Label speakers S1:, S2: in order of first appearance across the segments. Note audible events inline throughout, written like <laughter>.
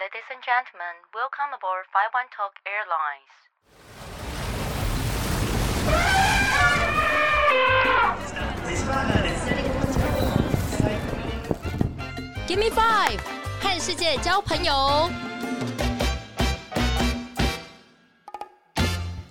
S1: Ladies and gentlemen, welcome aboard Five One Talk Airlines.
S2: ，Give me five，和世界交朋友。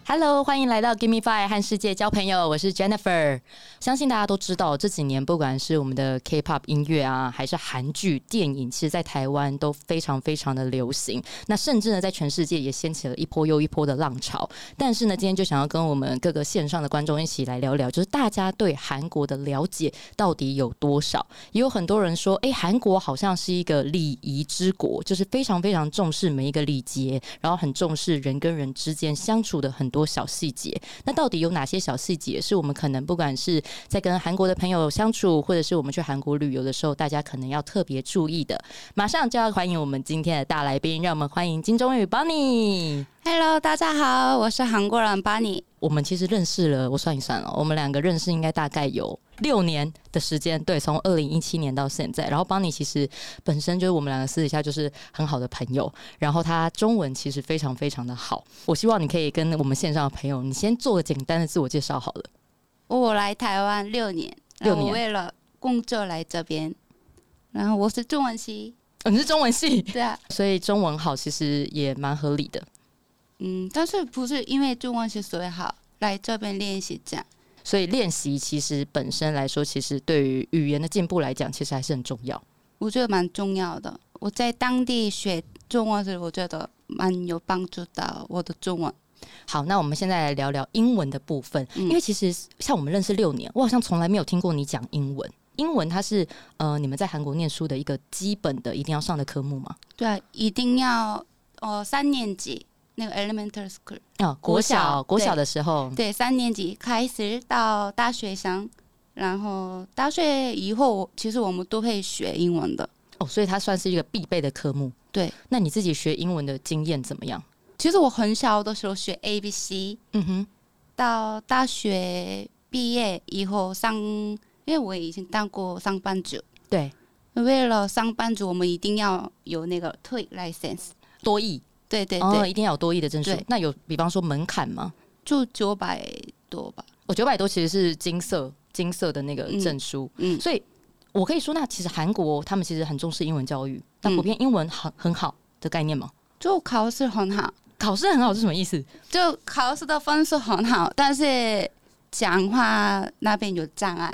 S2: Hello，欢迎来到 Give Me Five 和世界交朋友，我是 Jennifer。相信大家都知道，这几年不管是我们的 K-pop 音乐啊，还是韩剧、电影，其实在台湾都非常非常的流行。那甚至呢，在全世界也掀起了一波又一波的浪潮。但是呢，今天就想要跟我们各个线上的观众一起来聊聊，就是大家对韩国的了解到底有多少？也有很多人说，哎，韩国好像是一个礼仪之国，就是非常非常重视每一个礼节，然后很重视人跟人之间相处的很多小细节。那到底有哪些小细节是我们可能不管是在跟韩国的朋友相处，或者是我们去韩国旅游的时候，大家可能要特别注意的？马上就要欢迎我们今天的大来宾，让我们欢迎金钟宇 Bonnie。
S3: Hello，大家好，我是韩国人巴尼。
S2: 我们其实认识了，我算一算哦，我们两个认识应该大概有六年的时间，对，从二零一七年到现在。然后邦尼其实本身就是我们两个私底下就是很好的朋友，然后他中文其实非常非常的好。我希望你可以跟我们线上的朋友，你先做个简单的自我介绍好了。
S3: 我来台湾六年，
S2: 六
S3: 然后
S2: 年
S3: 我为了工作来这边，然后我是中文系，
S2: 哦你是中文系， <laughs>
S3: 对啊，
S2: 所以中文好其实也蛮合理的。
S3: 嗯，但是不是因为中文系所以好来这边练习这样？
S2: 所以练习其实本身来说，其实对于语言的进步来讲，其实还是很重要。
S3: 我觉得蛮重要的。我在当地学中文时，我觉得蛮有帮助到我的中文。
S2: 好，那我们现在来聊聊英文的部分，
S3: 嗯
S2: 因为其实像我们认识六年，我好像从来没有听过你讲英文。英文它是呃你们在韩国念书的一个基本的一定要上的科目嘛？
S3: 对啊，一定要哦，三年级那个 elementary school，
S2: 啊，国
S3: 国小
S2: 小国小
S3: 对
S2: 的时候，
S3: 对，三年级开始到大学生，然后大学以后，其实我们都会学英文的。
S2: 哦，所以它算是一个必备的科目。
S3: 对，
S2: 那你自己学英文的经验怎么样？
S3: 其实我很小的时候学 A B C，
S2: 嗯哼，
S3: 到大学毕业以后上，因为我已经当过上班族，
S2: 对，
S3: 为了上班族，我们一定要有那个 TOEIC license。
S2: 多译
S3: 对对
S2: 哦，
S3: 对，
S2: 一定要有多译的证书
S3: 对。
S2: 那有比方说门槛吗？
S3: 就九百多吧。
S2: 我九百多其实是金色金色的那个证书，
S3: 嗯
S2: 所以我可以说，那其实韩国他们其实很重视英文教育，那普
S3: 嗯
S2: 遍英文很很好的概念吗？
S3: 就考试很好，
S2: 考试很好是什么意思？
S3: 就考试的分数很好，但是讲话那边有障碍。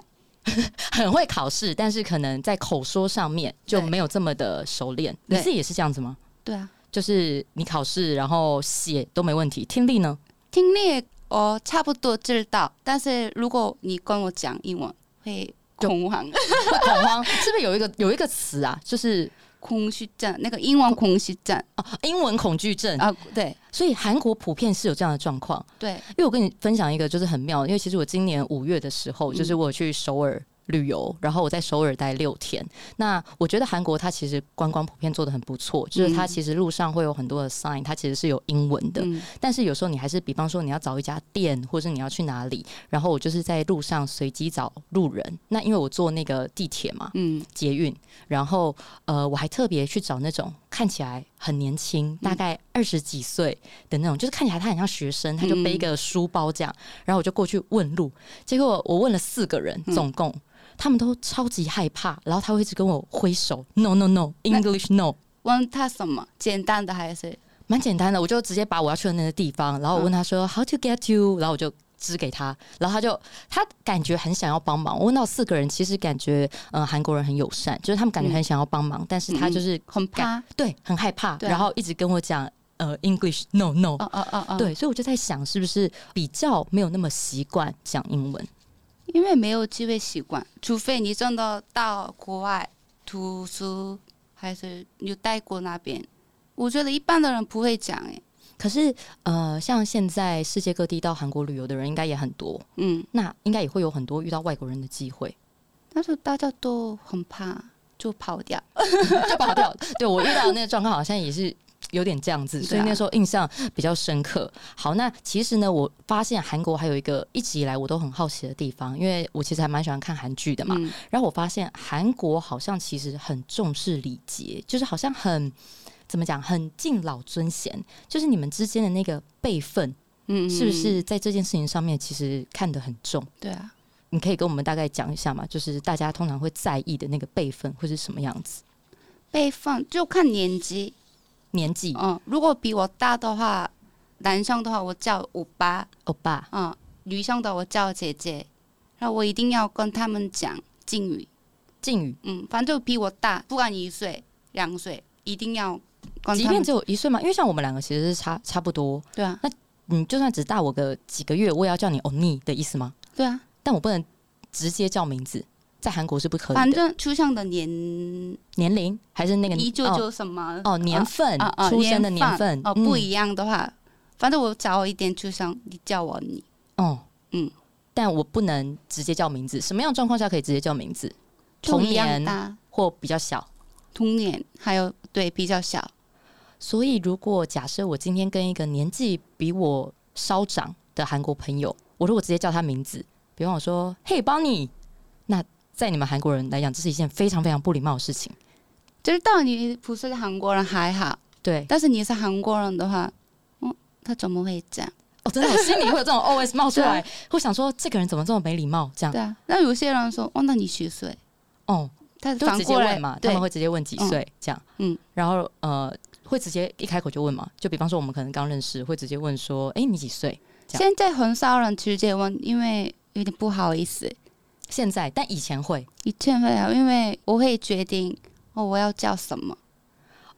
S2: 很会考试，但是可能在口说上面就没有这么的熟练。你
S3: 对
S2: 自己也是这样子吗？
S3: 对啊。
S2: 就是你考试，然后写都没问题，听力呢？
S3: 听力我差不多知道，但是如果你跟我讲英文，会恐慌、
S2: 会恐慌 <laughs> 是不是有一个有一个词啊？就是
S3: 空虚症，那个英文空虚症
S2: 哦，英文恐惧症。
S3: 啊，对
S2: 所以韩国普遍是有这样的状况。
S3: 对，
S2: 因为我跟你分享一个就是很妙的，因为其实我今年五月的时候，
S3: 嗯
S2: 就是我有去首尔。旅游，然后我在首尔待六天。那我觉得韩国它其实观光普遍做的很不错，就是它
S3: 嗯
S2: 其实路上会有很多的 sign，它其实是有英文的。
S3: 嗯
S2: 但是有时候你还是，比方说你要找一家店，或者是你要去哪里，然后我就是在路上随机找路人。那因为我坐那个地铁嘛，
S3: 嗯
S2: 捷运，然后呃，我还特别去找那种看起来很年轻，大概二十几岁的那种，就是看起来他很像学生，他就背一个书包这样，然后我就过去问路，结果我问了四个人，
S3: 嗯
S2: 总共。他们都超级害怕，然后他会一直跟我挥手，no no no，English no，
S3: 问他什么简单的还是
S2: 蛮简单的，我就直接把我要去的那个地方，然后
S3: 嗯
S2: 我问他说、How to get you，然后我就指给他，然后他就他感觉很想要帮忙。我问到四个人，其实感觉呃韩国人很友善，就是他们
S3: 嗯
S2: 感觉很想要帮忙，但是他就是
S3: 很怕？
S2: 对很害怕，
S3: 嗯对啊
S2: 然后一直跟我讲呃 English no no，、
S3: 哦哦哦哦，，
S2: 对，所以我就在想是不是比较没有那么习惯讲英文。
S3: 因为没有机会习惯，除非你真的到国外读书，还是有待过那边。我觉得一般的人不会讲欸诶，
S2: 可是，呃，像现在世界各地到韩国旅游的人应该也很多，
S3: 嗯，
S2: 那应该也会有很多遇到外国人的机会。
S3: 但是大家都很怕，就跑掉。
S2: <laughs> 就跑掉。对我遇到的那个状况好像也是。有点这样子，
S3: 对啊
S2: 所以那时候印象比较深刻。好，那其实呢，我发现韩国还有一个一直以来我都很好奇的地方，因为我其实还蛮喜欢看韩剧的嘛。
S3: 嗯
S2: 然后我发现韩国好像其实很重视礼节，就是好像很怎么讲，很敬老尊贤，就是你们之间的那个辈分，
S3: 嗯，
S2: 是不是？在这件事情上面其实看得很重？
S3: 对啊，
S2: 你可以跟我们大概讲一下嘛，就是大家通常会在意的那个辈分会是什么样子？
S3: 辈分就看年纪，
S2: 年纪，
S3: 嗯，如果比我大的话，男生的话我叫欧巴，
S2: 欧巴，
S3: 嗯，女生的我叫姐姐，然后我一定要跟他们讲敬语，
S2: 敬语，
S3: 嗯，反正比我大，不管一岁两岁，一定要跟
S2: 即
S3: 他
S2: 便
S3: 们
S2: 只有一岁嘛，因为像我们两个其实是差差不多，
S3: 对啊，
S2: 你就算只大我个几个月，我也要叫你欧尼的意思吗？
S3: 对啊，
S2: 但我不能直接叫名字，在韩国是不可
S3: 反
S2: 以的。
S3: 正出生的年
S2: 年龄还是那个
S3: 依旧
S2: 哦
S3: 就什么
S2: 哦年份、
S3: 啊啊
S2: 出生的年份
S3: 哦
S2: 嗯
S3: 不一样的话，反正我早一点出生，你叫我你
S2: 哦
S3: 嗯，
S2: 但我不能直接叫名字。什么样的状况下可以直接叫名字？
S3: 就
S2: 同
S3: 一样
S2: 年
S3: 大，
S2: 或比较小。
S3: 童年还有对比较小，
S2: 所以，如果假设我今天跟一个年纪比我稍长的韩国朋友，我如果直接叫他名字，比方我说“嘿，邦尼”，那在你们韩国人来讲，这是一件非常非常不礼貌的事情。
S3: 知道你不是韩国人还好，
S2: 对，
S3: 但是你是韩国人的话，嗯，他怎么会这样？
S2: 哦，真的，我心里会有这种 OS 冒出
S3: 对啊
S2: 来，会想说这个人怎么这么没礼貌？这样，
S3: 对啊，那有些人说，哦，那你几岁？
S2: 哦，
S3: 他
S2: 就
S3: 反
S2: 直接
S3: 过来
S2: 问嘛，他
S3: 对
S2: 们，会直接问几岁这样，嗯
S3: 嗯，
S2: 然后呃，会直接一开口就问嘛，就比方说我们可能刚认识，会直接问说，哎，你几岁？这样
S3: 现在很少人直接问，因为有点不好意思。
S2: 现在，但以前会
S3: 以前会啊，因为我会决定哦，我要叫什么。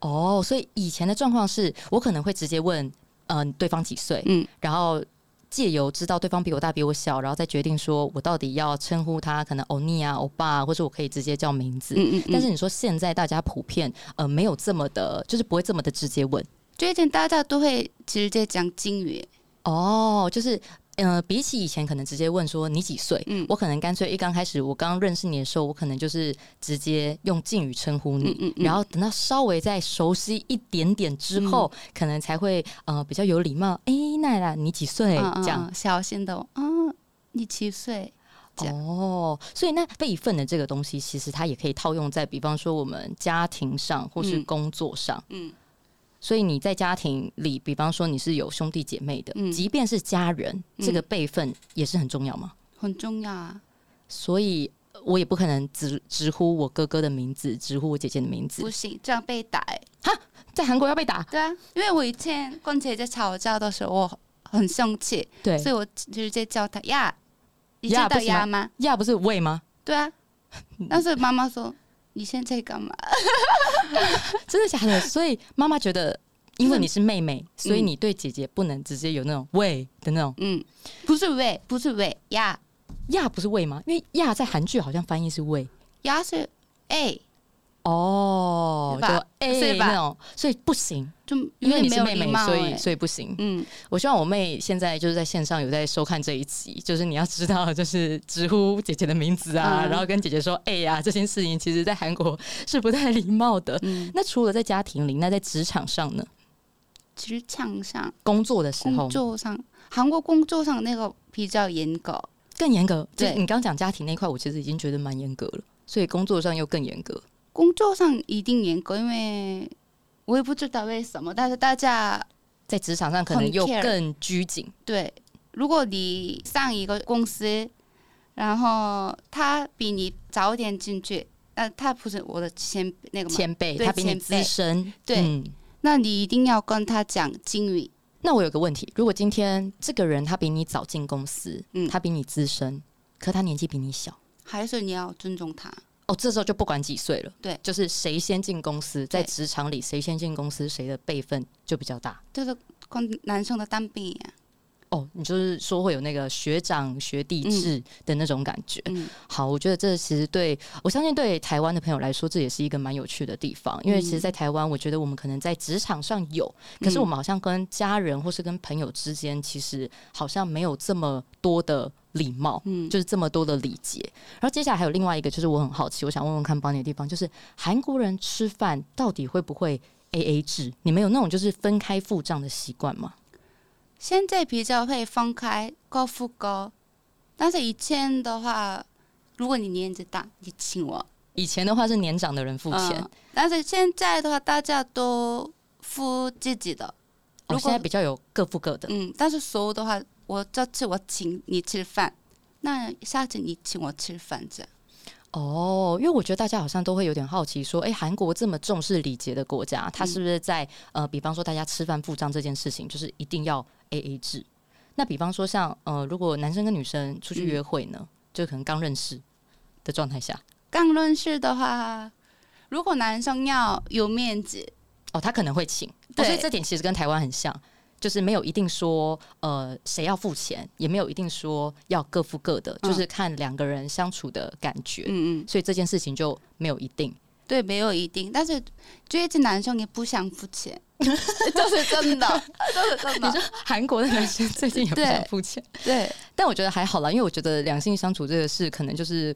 S2: 哦，所以以前的状况是我可能会直接问，嗯、对方几岁，
S3: 嗯，
S2: 然后。借由知道对方比我大比我小，然后再决定说我到底要称呼他，可能欧尼啊、欧巴啊，或者我可以直接叫名字。
S3: 嗯嗯嗯。
S2: 但是你说现在大家普遍呃没有这么的，就是不会这么的直接问。
S3: 最近大家都会直接讲敬语，
S2: 哦，就是。呃，比起以前可能直接问说你几岁，
S3: 嗯
S2: 我可能干脆一刚开始我刚认识你的时候，我可能就是直接用敬语称呼你，
S3: 嗯嗯嗯
S2: 然后等到稍微再熟悉一点点之后，
S3: 嗯
S2: 可能才会呃比较有礼貌。哎、奈拉，你几岁？
S3: 嗯嗯
S2: 这样
S3: 嗯小心的啊，你几岁？这样
S2: 哦，所以那辈分的这个东西，其实它也可以套用在，比方说我们家庭上或是
S3: 嗯
S2: 工作上。
S3: 嗯
S2: 所以你在家庭里，比方说你是有兄弟姐妹的，
S3: 嗯
S2: 即便是家人，这个辈分也是很重要嘛。
S3: 很重要啊。
S2: 所以呃我也不可能直直呼我哥哥的名字，直呼我姐姐的名字
S3: 不，行，这样被打、欸。
S2: 在韩国要被打。
S3: 对啊，因为我以前跟姐姐吵架的时候，我很生气，
S2: 对
S3: 所以我直接叫她呀，你知
S2: 呀
S3: 道
S2: 不行啊吗
S3: 呀吗？
S2: 呀，不是喂吗？
S3: 对
S2: <laughs>
S3: 啊，但是妈妈说你现在干嘛？
S2: 真的假的？所以妈妈觉得，因为你是妹妹，所以你对姐姐不能直接有那种喂的那种
S3: 嗯，不是喂，不是喂呀，
S2: 呀，不是喂吗？因为呀在韩剧好像翻译是喂
S3: 呀是哎，
S2: 哦，就
S3: 是吧
S2: 哎、
S3: 是吧
S2: 那种，所以不行，
S3: 就
S2: 因为
S3: 有点
S2: 你
S3: 没
S2: 是
S3: 有
S2: 妹
S3: 礼
S2: 妹，
S3: 貌、
S2: 所
S3: 欸
S2: 以。所以不行。
S3: 嗯，
S2: 我希望我妹现在就是在线上有在收看这一集，就是你要知道，就是直呼姐姐的名字啊，
S3: 嗯
S2: 然后跟姐姐说“哎、呀”这件事情，其实在韩国是不太礼貌的。
S3: 嗯
S2: 那除了在家庭里，那在职场上呢？
S3: 职场上、
S2: 工作的时
S3: 工
S2: 候
S3: 作上，韩国工作上那个比较严格。
S2: 更严格。就是
S3: 对
S2: 你刚讲家庭那块，我其实已经觉得蛮严格了，所以工作上又更严格。
S3: 工作上一定严格，因为我也不知道为什么，但是大家
S2: 在职场上可能
S3: 很
S2: 又
S3: care
S2: 更拘谨。
S3: 对，如果你上一个公司，然后他比你早点进去，那他不是我的前那个嘛，
S2: 前辈，
S3: 对
S2: 他比你
S3: 前
S2: 资
S3: 辈
S2: 深，
S3: 对
S2: 嗯
S3: 那你一定要跟他讲敬语。
S2: 那我有个问题，如果今天这个人他比你早进公司，
S3: 嗯
S2: 他比你资深，可他年纪比你小。
S3: 还是你要尊重他，
S2: 哦，这时候就不管几岁了，
S3: 对
S2: 就是谁先进公司，在
S3: 对
S2: 职场里谁先进公司，谁的辈分就比较大。
S3: 就是跟男生的当兵一样。
S2: 哦，你就是说会有那个学长学弟制的那种感觉。
S3: 嗯，
S2: 好，我觉得这其实对我相信对台湾的朋友来说，这也是一个蛮有趣的地方，因为其实，在
S3: 嗯
S2: 台湾，我觉得我们可能在职场上有，可是我们好像跟家人或是跟朋友之间，其实好像没有这么多的礼貌，
S3: 嗯
S2: 就是这么多的礼节。然后接下来还有另外一个，就是我很好奇，我想问问看邦尼的地方，就是韩国人吃饭到底会不会 A A 制？你们有那种就是分开付账的习惯吗？
S3: 现在比较会分开高富高，但是以前的话，如果你年纪大，你请我呃
S2: 以前的话是年长的人付钱，哦
S3: 嗯但是现在的话，大家都付自己的。
S2: 我、
S3: 如
S2: 现
S3: 果
S2: 在比较有各付各的，
S3: 嗯，但是所有的话，我这次我请你吃饭，那下次你请我吃饭这样。
S2: 哦，因为我觉得大家好像都会有点好奇，说，哎，韩国这么重视礼节的国家，
S3: 嗯
S2: 它是不是在、呃，比方说大家吃饭付账这件事情，就是一定要 A A 制？那比方说像呃，如果男生跟女生出
S3: 嗯
S2: 去约会呢，就可能刚认识的状态下，
S3: 刚认识的话，如果男生要有面子，
S2: 哦，他可能会请，哦、
S3: 对
S2: 所以这点其实跟台湾很像，就是没有一定说呃谁要付钱，也没有一定说要各付各的，就是看两个人相处的感觉，
S3: 嗯嗯，
S2: 所以这件事情就没有一定。
S3: 对，没有一定，但是最近男生也不想付钱， <laughs> 这是真的，这是真的，
S2: 韩国的男生最近也不
S3: 对
S2: 想付钱。
S3: 对，
S2: 但我觉得还好啦，因为我觉得两性相处这个事，可能就是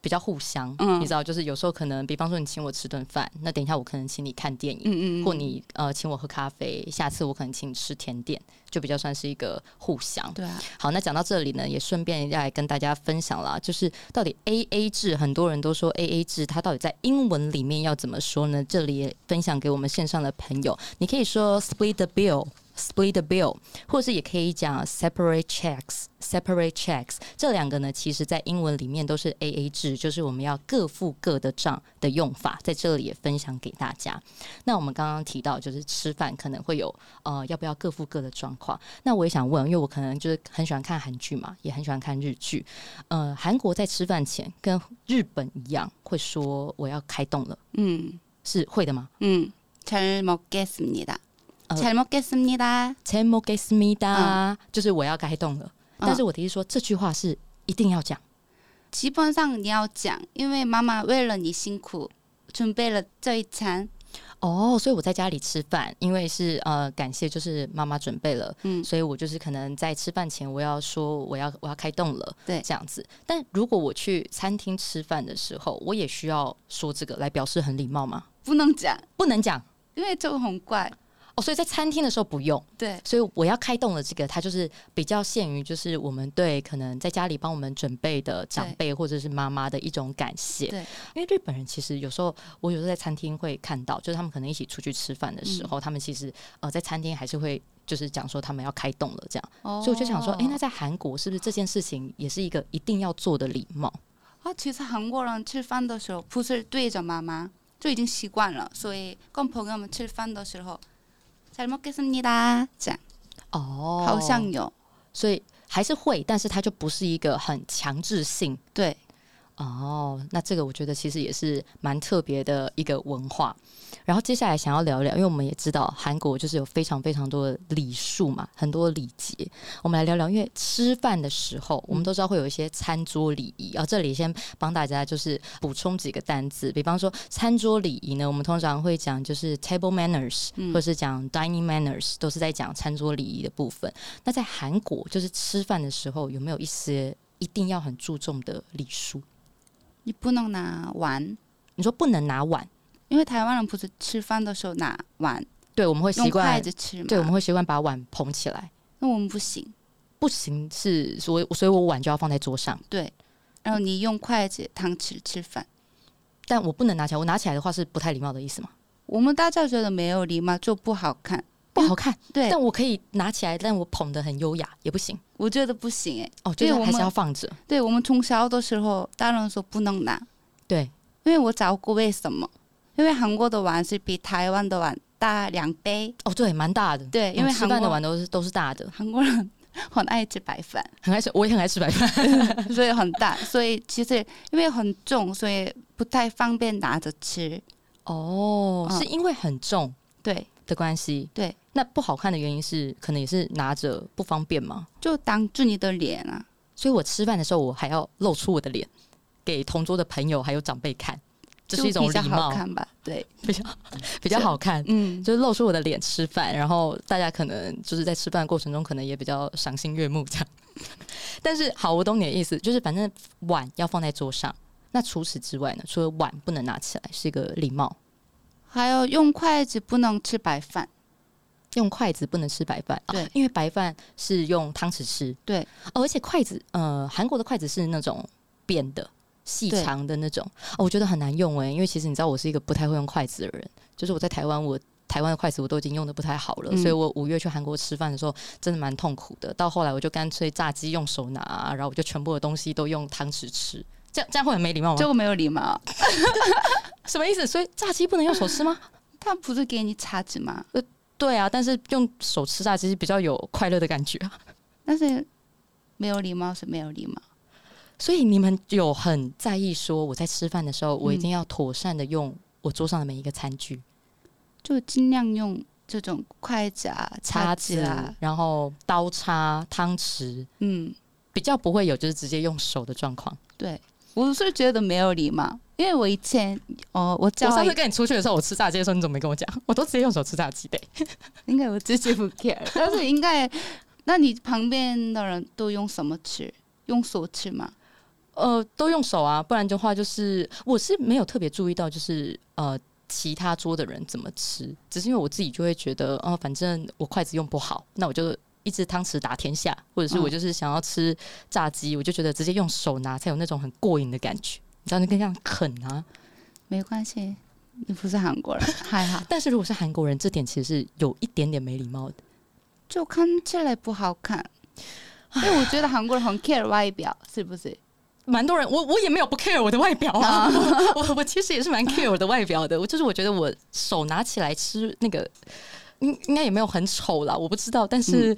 S2: 比较互相，
S3: 嗯
S2: 你知道，就是有时候可能，比方说你请我吃顿饭，那等一下我可能请你看电影，
S3: 嗯嗯，
S2: 或你呃请我喝咖啡，下次我可能请你吃甜点，就比较算是一个互相。
S3: 对啊，
S2: 好，那讲到这里呢，也顺便要来跟大家分享啦，就是到底 A A 制，很多人都说 A A 制，它到底在英文里面要怎么说呢？这里也分享给我们线上的朋友，你可以说 split the bill。split the bill，或是也可以讲 separate checks，separate checks 这两个呢，其实在英文里面都是 A A 制，就是我们要各付各的账的用法，在这里也分享给大家。那我们刚刚提到，就是吃饭可能会有呃要不要各付各的状况。那我也想问，因为我可能就是很喜欢看韩剧嘛，也很喜欢看日剧。呃，韩国在吃饭前跟日本一样会说我要开动了，
S3: 嗯
S2: 是会的吗？
S3: 嗯，잘먹겠습니다，
S2: 呃
S3: 잘먹겠습니다，
S2: 잘먹겠습니다，就是我要开动了。但是
S3: 嗯
S2: 我的意思说，这句话是一定要讲
S3: 基本上你要讲，因为妈妈为了你辛苦准备了这一餐，
S2: 哦。所以我在家里吃饭，因为是呃感谢就是妈妈准备了，
S3: 嗯，
S2: 所以我就是可能在吃饭前我要说我要我要开动了，
S3: 对
S2: 这样子。但如果我去餐厅吃饭的时候，我也需要说这个来表示很礼貌吗？
S3: 不能讲，
S2: 不能讲。
S3: 因为这个很怪，
S2: 哦，所以在餐厅的时候不用，
S3: 对，
S2: 所以我要开动的这个，它就是比较限于就是我们对可能在家里帮我们准备的长辈或者是妈妈的一种感谢。
S3: 对，
S2: 因为日本人其实有时候我有时候在餐厅会看到，就是他们可能一起出去吃饭的时候，他们其实呃在餐厅还是会就是讲说他们要开动了这样，
S3: 所
S2: 所以我就想
S3: 哦
S2: 说，诶，那在韩国是不是这件事情也是一个一定要做的礼貌？
S3: 啊，其实韩国人吃饭的时候不是对着妈妈，就已经习惯了，所以跟朋友们吃饭的时候，잘먹겠습니다，这样
S2: 哦
S3: 好像有、
S2: 所以还是会，但是它就不是一个很强制性。
S3: 对，
S2: 哦，那这个我觉得其实也是蛮特别的一个文化。然后接下来想要聊聊，因为我们也知道韩国就是有非常非常多的礼数嘛，很多礼节。我们来聊聊，因为吃饭的时候，我们都知道会有一些餐桌礼仪。然后这里先帮大家就是补充几个单字，比方说餐桌礼仪呢，我们通常会讲就是 table manners，、
S3: 嗯
S2: 或是讲 dining manners，都是在讲餐桌礼仪的部分。那在韩国，就是吃饭的时候有没有一些一定要很注重的礼数？
S3: 你不能拿碗，
S2: 你说不能拿碗，
S3: 因为台湾人不是吃饭的时候拿碗，
S2: 对，我们会习
S3: 用筷
S2: 惯，
S3: 子吃嘛，
S2: 对，我们会习惯把碗捧起来。
S3: 那我们不行，
S2: 不行是，所以所以我碗就要放在桌上，
S3: 对，然后你用筷子汤匙吃饭，
S2: 但我不能拿起来。我拿起来的话是不太礼貌的意思嘛，
S3: 我们大家觉得没有礼貌就不好看，
S2: 不好看。
S3: 对，
S2: 但我可以拿起来，但我捧得很优雅也不行。
S3: 我觉得不行哎，
S2: 哦，就
S3: 对
S2: 是
S3: 我
S2: 还是
S3: 们
S2: 要放着。
S3: 对我们从小的时候，大人说不能拿。
S2: 对，
S3: 因为我找过为什么，因为韩国的碗是比台湾的碗大两倍。
S2: 哦，对，蛮大的。
S3: 对，因
S2: 嗯
S3: 为
S2: 吃
S3: 韩
S2: 饭的
S3: 国
S2: 碗都是都是大的，
S3: 韩国人很爱吃白饭， <laughs>
S2: 很爱吃，我也很爱吃白饭。
S3: 所以很大，所以其实因为很重，所以不太方便拿着吃。
S2: 哦，
S3: 嗯
S2: 是因为很重
S3: 对，
S2: 的关系。
S3: 对，
S2: 那不好看的原因是可能也是拿着不方便嘛。
S3: 就挡住你的脸啊。
S2: 所以我吃饭的时候，我还要露出我的脸给同桌的朋友还有长辈看，这是一种
S3: 就比较
S2: 礼
S3: 好
S2: 貌，
S3: 看吧？对，
S2: 比较比较好看。
S3: 嗯，
S2: 就是露出我的脸吃饭，然后大家可能就是在吃饭的过程中，可能也比较赏心悦目这样。 <laughs> 但是好，我懂你的意思，就是反正碗要放在桌上。那除此之外呢？除了碗不能拿起来，是一个礼貌。
S3: 还有用筷子不能吃白饭，
S2: 用筷子不能吃白饭，啊
S3: 对
S2: 因为白饭是用汤匙吃，
S3: 对
S2: 哦，而且筷子，呃，韩国的筷子是那种扁的、细
S3: 对
S2: 欸长的那种，哦，我觉得很难用诶，因为其实你知道我是一个不太会用筷子的人，就是我在台湾我台湾的筷子我都已经用的不太好了，
S3: 嗯
S2: 所以我五月去韩国吃饭的时候真的蛮痛苦的。到后来我就干脆炸鸡用手拿、然后我就全部的东西都用汤匙吃，这样这样会很没礼貌吗？
S3: 这个没有礼貌。
S2: 什么意思？所以炸鸡不能用手吃
S3: <laughs>
S2: 吗？
S3: 他不是给你叉子吗？
S2: 对啊，但是用手吃炸鸡比较有快乐的感觉啊。
S3: 但是没有礼貌是没有礼貌。
S2: 所以你们有很在意说我在吃饭的时候，我一定要妥善的用我桌上的每一个餐具、
S3: 就尽量用这种筷子啊、
S2: 叉
S3: 子
S2: 子
S3: 啊，，
S2: 然后刀叉、汤匙，
S3: 嗯，
S2: 比较不会有就是直接用手的状况。
S3: 对，我是觉得没有礼貌，因为我以前哦，我
S2: 我
S3: 教
S2: 上次跟你出去的时候，我吃炸鸡的时候，你怎么没跟我讲？我都直接用手吃炸鸡的、
S3: 应该我自己不 care，但
S2: <laughs>
S3: 是应该，那你旁边的人都用什么吃？用手吃吗？
S2: 呃，都用手啊，不然的话就是我是没有特别注意到，就是呃其他桌的人怎么吃，只是因为我自己就会觉得，哦、反正我筷子用不好，那我就一只汤匙打天下，或者是
S3: 嗯
S2: 我就是想要吃炸鸡，我就觉得直接用手拿才有那种很过瘾的感觉。你知道，就跟这样啃啊。
S3: 没关系，你不是韩国人，还好，
S2: 但是如果是韩国人，这点其实是有一点点没礼貌的。
S3: 就看起来不好看。因为我觉得韩国人很 care 外表，是不是？
S2: 蛮多人，我我也没有 <laughs> 不 care 我的外表啊， <laughs> 我我其实也是蛮 care 我的外表的，我就是我觉得我手拿起来吃那个，应应该也没有很丑啦，我不知道，但是、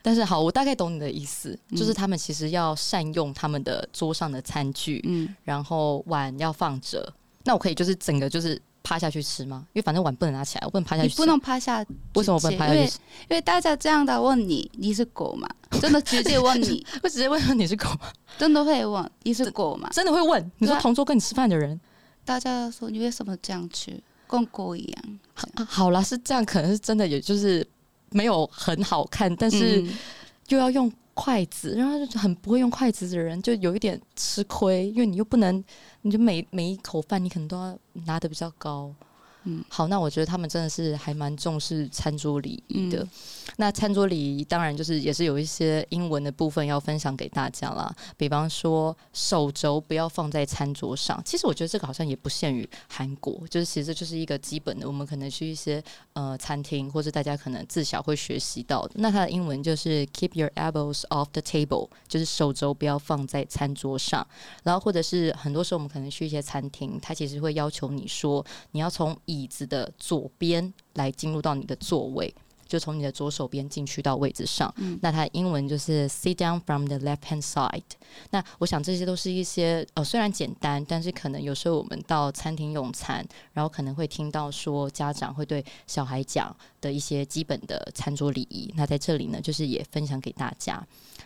S2: 但是好，我大概懂你的意思，就是他们其实要善用他们的桌上的餐具，
S3: 嗯，
S2: 然后碗要放着，那我可以就是整个就是趴下去吃吗？因为反正碗不能拿起来，我不能趴下
S3: 嗯你
S2: 去吃，
S3: 不能趴下，
S2: 为什么我不能趴下
S3: 因
S2: 去
S3: 为
S2: 吃？
S3: 因为大家这样的问你，你是狗吗？真的直接
S2: <laughs>
S3: 问你，
S2: 我直接问说你是狗吗，
S3: 真的会问你是狗吗？
S2: 真的会问你说
S3: 对啊
S2: 同桌跟你吃饭的人。
S3: 大家说你为什么这样吃？跟狗一样，
S2: 啊， <laughs> 好啦，是这样，可能是真的，也就是没有很好看，但是
S3: 嗯
S2: 又要用筷子，然后就很不会用筷子的人，就有一点吃亏，因为你又不能，你就每每一口饭你可能都要拿的比较高。嗯
S3: 嗯，
S2: 好，那我觉得他们真的是还蛮重视餐桌礼仪的。
S3: 嗯
S2: 那餐桌礼仪当然就是也是有一些英文的部分要分享给大家啦，比方说手肘不要放在餐桌上。其实我觉得这个好像也不限于韩国，就是其实这就是一个基本的，我们可能去一些呃餐厅或是大家可能自小会学习到的。那它的英文就是 keep your elbows off the table，就是手肘不要放在餐桌上。然后或者是很多时候我们可能去一些餐厅，它其实会要求你说你要从椅子的左边来进入到你的座位。就从你的左手边进去到位置上，那它的英文就是 sit down from the left hand side。那我想这些都是一些呃，虽然简单，但是可能有时候我们到餐厅用餐，然后可能会听到说家长会对小孩讲的一些基本的餐桌礼仪。那在这里呢，就是也分享给大家。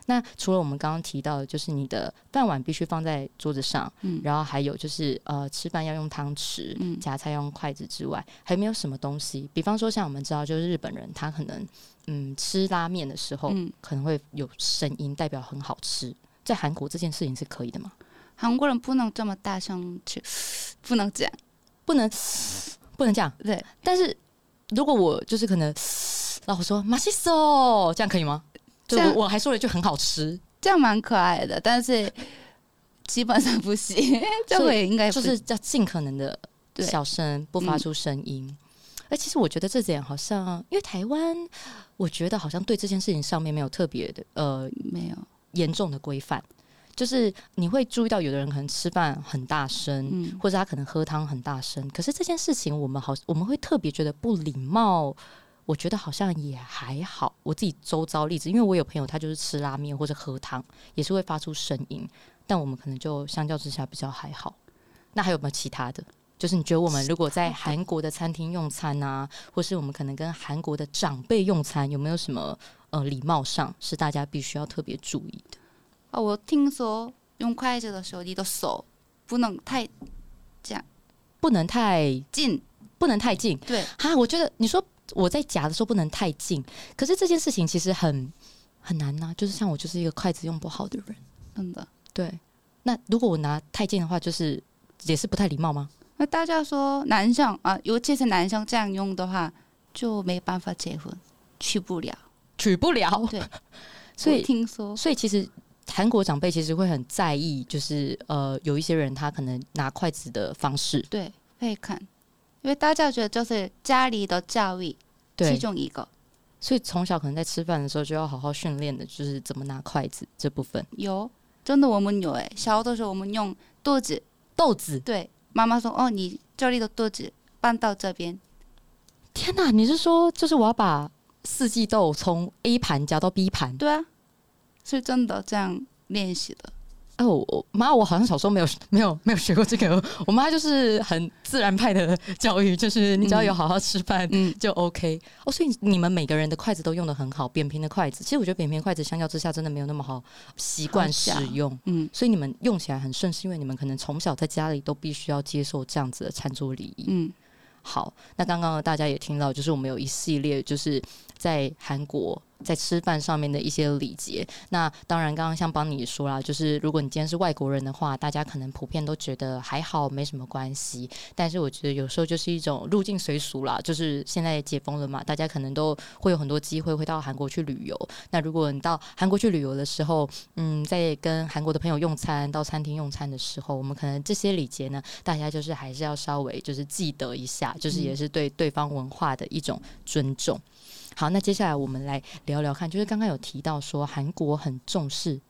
S2: 那除了我们刚刚提到的，就是你的饭碗必须放在桌子上，
S3: 嗯
S2: 然后还有就是呃，吃饭要用汤匙，
S3: 嗯
S2: 夹菜要用筷子之外，还有没有什么东西？比方说，像我们知道，就是日本人他可能嗯吃拉面的时候，
S3: 嗯
S2: 可能会有声音，代表很好吃。在韩国这件事情是可以的吗？
S3: 韩国人不能这么大声吃，不能这样。
S2: 不能，不能这样。
S3: 对，
S2: 但是如果我就是可能，然后我说马西索，这样可以吗？就
S3: 这样
S2: 我我还说了一句很好吃，
S3: 这样蛮可爱的，但是基本上不行， <laughs> 这
S2: 所
S3: 个也应哎该
S2: 就
S3: 不
S2: 是要尽可能的
S3: 对嗯
S2: 小声，不发出声音。哎，其实我觉得这点好像，因为台湾，我觉得好像对这件事情上面没有特别的呃
S3: 没有。
S2: 严重的规范，就是你会注意到有的人可能吃饭很大声，
S3: 嗯，
S2: 或者他可能喝汤很大声。可是这件事情，我们好，我们会特别觉得不礼貌。我觉得好像也还好，我自己周遭例子，因为我有朋友他就是吃拉面或者喝汤，也是会发出声音，但我们可能就相较之下比较还好。那还有没有其他的？就是你觉得我们如果在韩国的餐厅用餐啊，或是我们可能跟韩国的长辈用餐，有没有什么呃礼貌上是大家必须要特别注意的？
S3: 哦，我听说用筷子的时候，你的手不能太
S2: 不能太
S3: 近。
S2: 不能太近，
S3: 对，
S2: 哈，我觉得你说我在夹的时候不能太近，可是这件事情其实很很难呐、就是像我就是一个筷子用不好的人，
S3: 真的。
S2: 对。那如果我拿太近的话，就是也是不太礼貌吗？
S3: 那大家说男生啊，尤其是男生这样用的话，就没办法结婚，去不了。
S2: 取不了
S3: 对，
S2: 哦所
S3: 我
S2: 以
S3: 听说，
S2: 所以其实韩国长辈其实会很在意，就是呃，有一些人他可能拿筷子的方式，
S3: 对，会看，因因为大家觉得就是家里的教育其
S2: 对，
S3: 中一个
S2: 所以从小可能在吃饭的时候就要好好训练的，就是怎么拿筷子这部分。
S3: 有，真的我们有哎，小的时候我们用肚子，
S2: 豆子，
S3: 对，妈妈说哦，你这里的肚子搬到这边，
S2: 天哪！你是说，就是我要把四季豆从 A 盘夹到 B 盘？
S3: 对啊，是真的这样练习的。
S2: 哎、我我妈，我好像小时候没有没有没有学过这个。我妈就是很自然派的 <laughs> 教育，就是你只要有好好吃饭。
S3: 嗯，
S2: 就 OK 哦，所以你们每个人的筷子都用的很好，扁平的筷子。其实我觉得扁平筷子相较之下真的没有那么好习惯
S3: 好夹
S2: 使用，
S3: 嗯
S2: 所以你们用起来很顺，是因为你们可能从小在家里都必须要接受这样子的餐桌礼仪。
S3: 嗯，
S2: 好，那刚刚大家也听到，就是我们有一系列就是在韩国在吃饭上面的一些礼节。那当然，刚刚像邦尼也说啦，就是如果你今天是外国人的话，大家可能普遍都觉得还好，没什么关系。但是我觉得有时候就是一种入境随俗啦，就是现在解封了嘛，大家可能都会有很多机会会到韩国去旅游。那如果你到韩国去旅游的时候，嗯，在跟韩国的朋友用餐，到餐厅用餐的时候，我们可能这些礼节呢，大家就是还是要稍微就是记得一下，就是也是对对方文化的一种尊重。好，那接下来我们来聊聊看，就是刚刚有提到说韩国很重视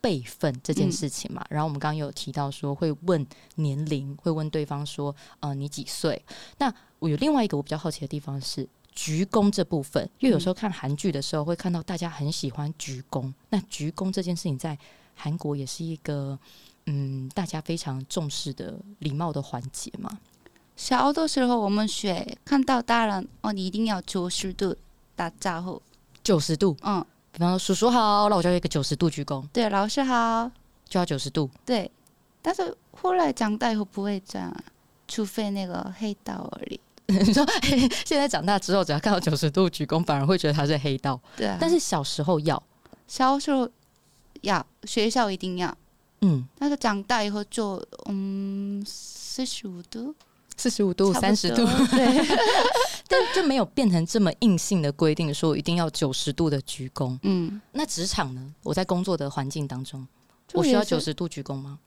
S2: 辈分这件事情嘛，然后我们刚刚有提到说会问年龄，会问对方说，呃，你几岁？那我有另外一个我比较好奇的地方是。鞠躬这部分，因为有时候看韩剧的时候会看到大家很喜欢鞠躬。那鞠躬这件事情在韩国也是一个嗯，大家非常重视的礼貌的环节嘛。
S3: 小的时候我们学看到大人哦，你一定要九十度打招呼，
S2: 九十度，
S3: 嗯，
S2: 比方说叔叔好，那我就要一个九十度鞠躬，
S3: 对，老师好，
S2: 就要九十度。
S3: 对。但是后来长大以后不会这样啊，除非那个黑道而已。
S2: 你说嘿嘿现在长大之后，只要看到九十度鞠躬，反而会觉得他是黑道，
S3: 对啊，
S2: 但是小时候要，
S3: 小时候要学校一定要，
S2: 嗯，
S3: 但是长大以后就嗯四十五度，
S2: 四十五度、
S3: 差不
S2: 三
S3: 多
S2: 十
S3: <laughs>
S2: 度， <laughs>
S3: 对，
S2: 但就没有变成这么硬性的规定，说一定要九十度的鞠躬。
S3: 嗯，
S2: 那职场呢？我在工作的环境当中，
S3: 就
S2: 我需要
S3: 也是
S2: 九十度鞠躬吗？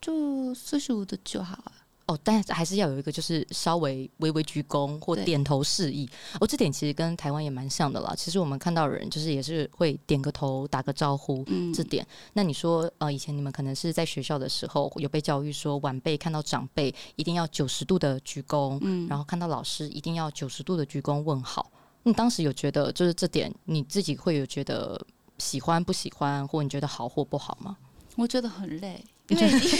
S3: 就四十五度就好啊。
S2: 哦，但还是要有一个就是稍微微微鞠躬或
S3: 对
S2: 点头示意。哦，这点其实跟台湾也蛮像的啦。其实我们看到人就是也是会点个头、打个招呼。
S3: 嗯，
S2: 这点，那你说，呃，以前你们可能是在学校的时候有被教育说，晚辈看到长辈一定要九十度的鞠躬，
S3: 嗯，
S2: 然后看到老师一定要九十度的鞠躬问好。你当时有觉得就是这点你自己会有觉得喜欢不喜欢，或你觉得好或不好吗？
S3: 我觉得
S2: <laughs>
S3: 很累，
S2: 你
S3: 因
S2: 觉
S3: 为
S2: 得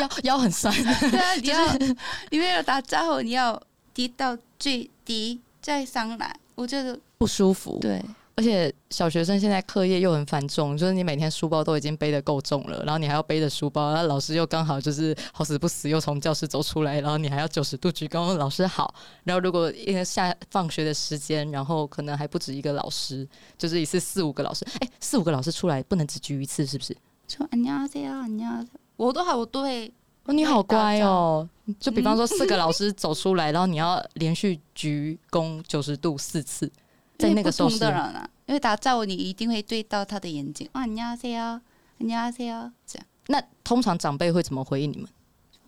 S2: <laughs> 腰腰很酸，
S3: 对啊，你要 <laughs> 你为了打招呼，你要低到最低再上来，我觉得
S2: <laughs> 不舒服。
S3: 对，
S2: 而且小学生现在课业又很繁重，就是你每天书包都已经背得够重了，然后你还要背着书包，然后老师又刚好就是好死不死又从教室走出来，然后你还要九十度鞠躬，老师好。然后如果因为下放学的时间，然后可能还不止一个老师，就是一次四五个老师，哎、四五个老师出来不能只鞠一次，是不是？
S3: 说안녕하세요안녕하세요，我都好，我都会
S2: 哦，你好乖哦！就比方说四个老师走出来，然后你要连续鞠躬九十度四次，在那个时候
S3: 因为不同的
S2: 是
S3: 人啊，因为打招呼你一定会对到他的眼睛，啊，안녕하세요안녕하세요，这样，
S2: 那通常长辈会怎么回应你们？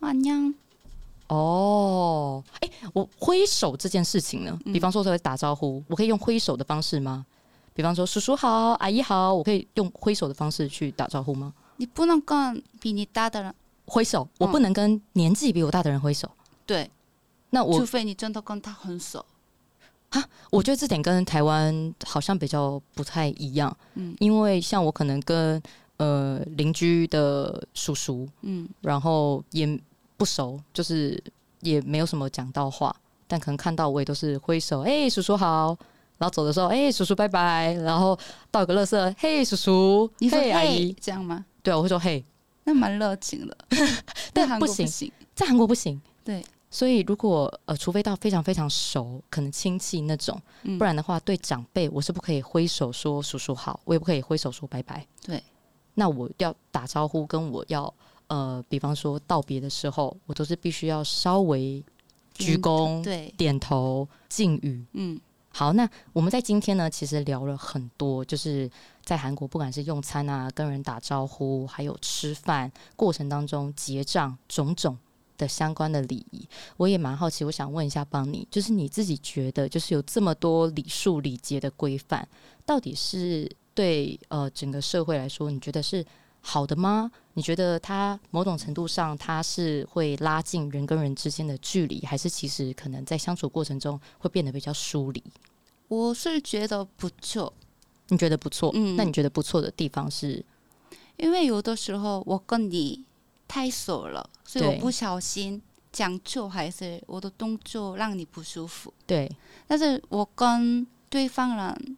S3: 啊안녕，
S2: 哦，哎、我挥手这件事情呢，
S3: 嗯
S2: 比方说我在打招呼，我可以用挥手的方式吗？比方说叔叔好，阿姨好，我可以用挥手的方式去打招呼吗？
S3: 你不能跟比你大的人，
S2: 挥手，我
S3: 嗯
S2: 不能跟年纪比我大的人挥手。
S3: 对，
S2: 那
S3: 除
S2: 我
S3: 非你真的跟他很熟，
S2: 我觉得这点跟台湾好像比较不太一样，
S3: 嗯
S2: 因为像我可能跟呃邻居的叔叔，
S3: 嗯，
S2: 然后也不熟，就是也没有什么讲到话，但可能看到我也都是挥手，哎、叔叔好。然后走的时候，哎、叔叔拜拜。然后倒个垃圾，嘿，叔叔，
S3: 你说
S2: 嘿，阿姨
S3: 嘿，这样吗？
S2: 对，我会说嘿。
S3: 那蛮热情的，
S2: <laughs> 但
S3: 在韩
S2: 不
S3: 国
S2: 行
S3: 行，
S2: 在韩国不行，
S3: 对，
S2: 所以如果呃，除非到非常非常熟，可能亲戚那种，
S3: 嗯
S2: 不然的话，对长辈我是不可以挥手说叔叔好，我也不可以挥手说拜拜。
S3: 对，
S2: 那我要打招呼，跟我要呃，比方说道别的时候，我都是必须要稍微鞠躬、
S3: 嗯对，
S2: 点头、敬语。
S3: 嗯
S2: 好，那我们在今天呢，其实聊了很多，就是在韩国，不管是用餐啊、跟人打招呼，还有吃饭过程当中结账种种的相关的礼仪，我也蛮好奇，我想问一下邦尼，就是你自己觉得，就是有这么多礼数礼节的规范，到底是对呃整个社会来说，你觉得是好的吗？你觉得它某种程度上它是会拉近人跟人之间的距离，还是其实可能在相处过程中会变得比较疏离？
S3: 我是觉得不错，
S2: 你觉得不错，
S3: 嗯
S2: 那你觉得不错的地方是
S3: 因为有的时候我跟你太熟了，所以
S2: 对
S3: 我不小心讲错，还是我的动作让你不舒服。
S2: 对
S3: 但是我跟对方人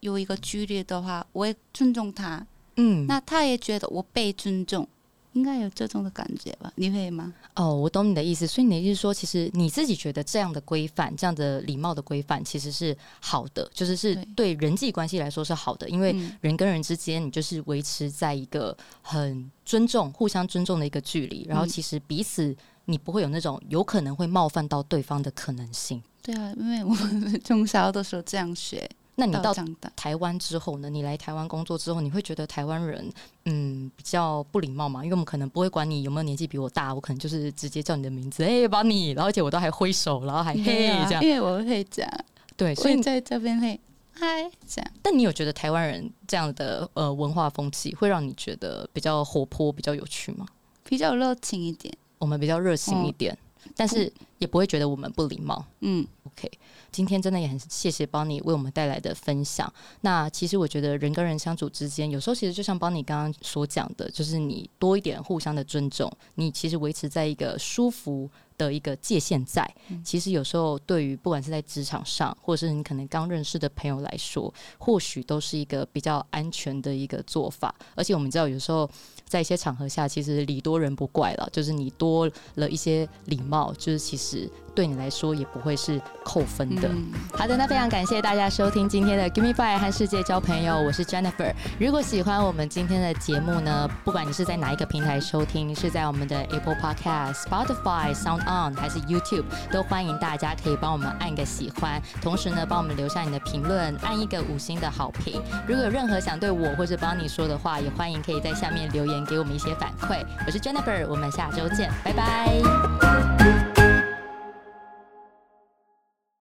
S3: 有一个距离的话，我也尊重他，
S2: 嗯
S3: 那他也觉得我被尊重，应该有这种的感觉吧？你会吗？
S2: 哦，我懂你的意思，所以你的意思是说，其实你自己觉得这样的规范、这样的礼貌的规范，其实是好的，就是是对人际关系来说是好的，因为
S3: 嗯
S2: 人跟人之间，你就是维持在一个很尊重、互相尊重的一个距离，然后
S3: 嗯
S2: 其实彼此你不会有那种有可能会冒犯到对方的可能性。
S3: 对啊，因为我们
S2: <laughs>
S3: 是从小的时候这样学
S2: 那你
S3: 到
S2: 嗯到
S3: 长大，
S2: 台湾之后呢？你来台湾工作之后，你会觉得台湾人嗯比较不礼貌嘛？因为我们可能不会管你有没有年纪比我大，我可能就是直接叫你的名字，哎、把你，然后而且我都还挥手，然后还哎嘿、
S3: 对啊
S2: 这样，
S3: 因为我会讲，
S2: 对，
S3: 所
S2: 所以
S3: 以在这边会嗨这样。
S2: 但你有觉得台湾人这样的呃文化风气会让你觉得比较活泼、比较有趣吗？
S3: 比较热情一点，
S2: 我们比较热情一点，
S3: 哦
S2: 但是也不会觉得我们不礼貌。
S3: 嗯，
S2: OK，今天真的也很谢谢邦尼为我们带来的分享。那其实我觉得人跟人相处之间，有时候其实就像邦尼刚刚所讲的，就是你多一点互相的尊重，你其实维持在一个舒服的一个界限在。其实有时候对于不管是在职场上，或者是你可能刚认识的朋友来说，或许都是一个比较安全的一个做法。而且我们知道，有时候在一些场合下，其实礼多人不怪了，就是你多了一些礼貌，就是其实对你来说也不会是扣分的。
S3: 嗯
S2: 好的，那非常感谢大家收听今天的 Give Me Five 和世界交朋友，我是 Jennifer。如果喜欢我们今天的节目呢，不管你是在哪一个平台收听，是在我们的 Apple Podcast、Spotify、Sound On 还是 YouTube，都欢迎大家可以帮我们按个喜欢，同时呢，帮我们留下你的评论，按一个五星的好评。如果有任何想对我或是帮你说的话，也欢迎可以在下面留言给我们一些反馈。我是 Jennifer，我们下周见，拜拜。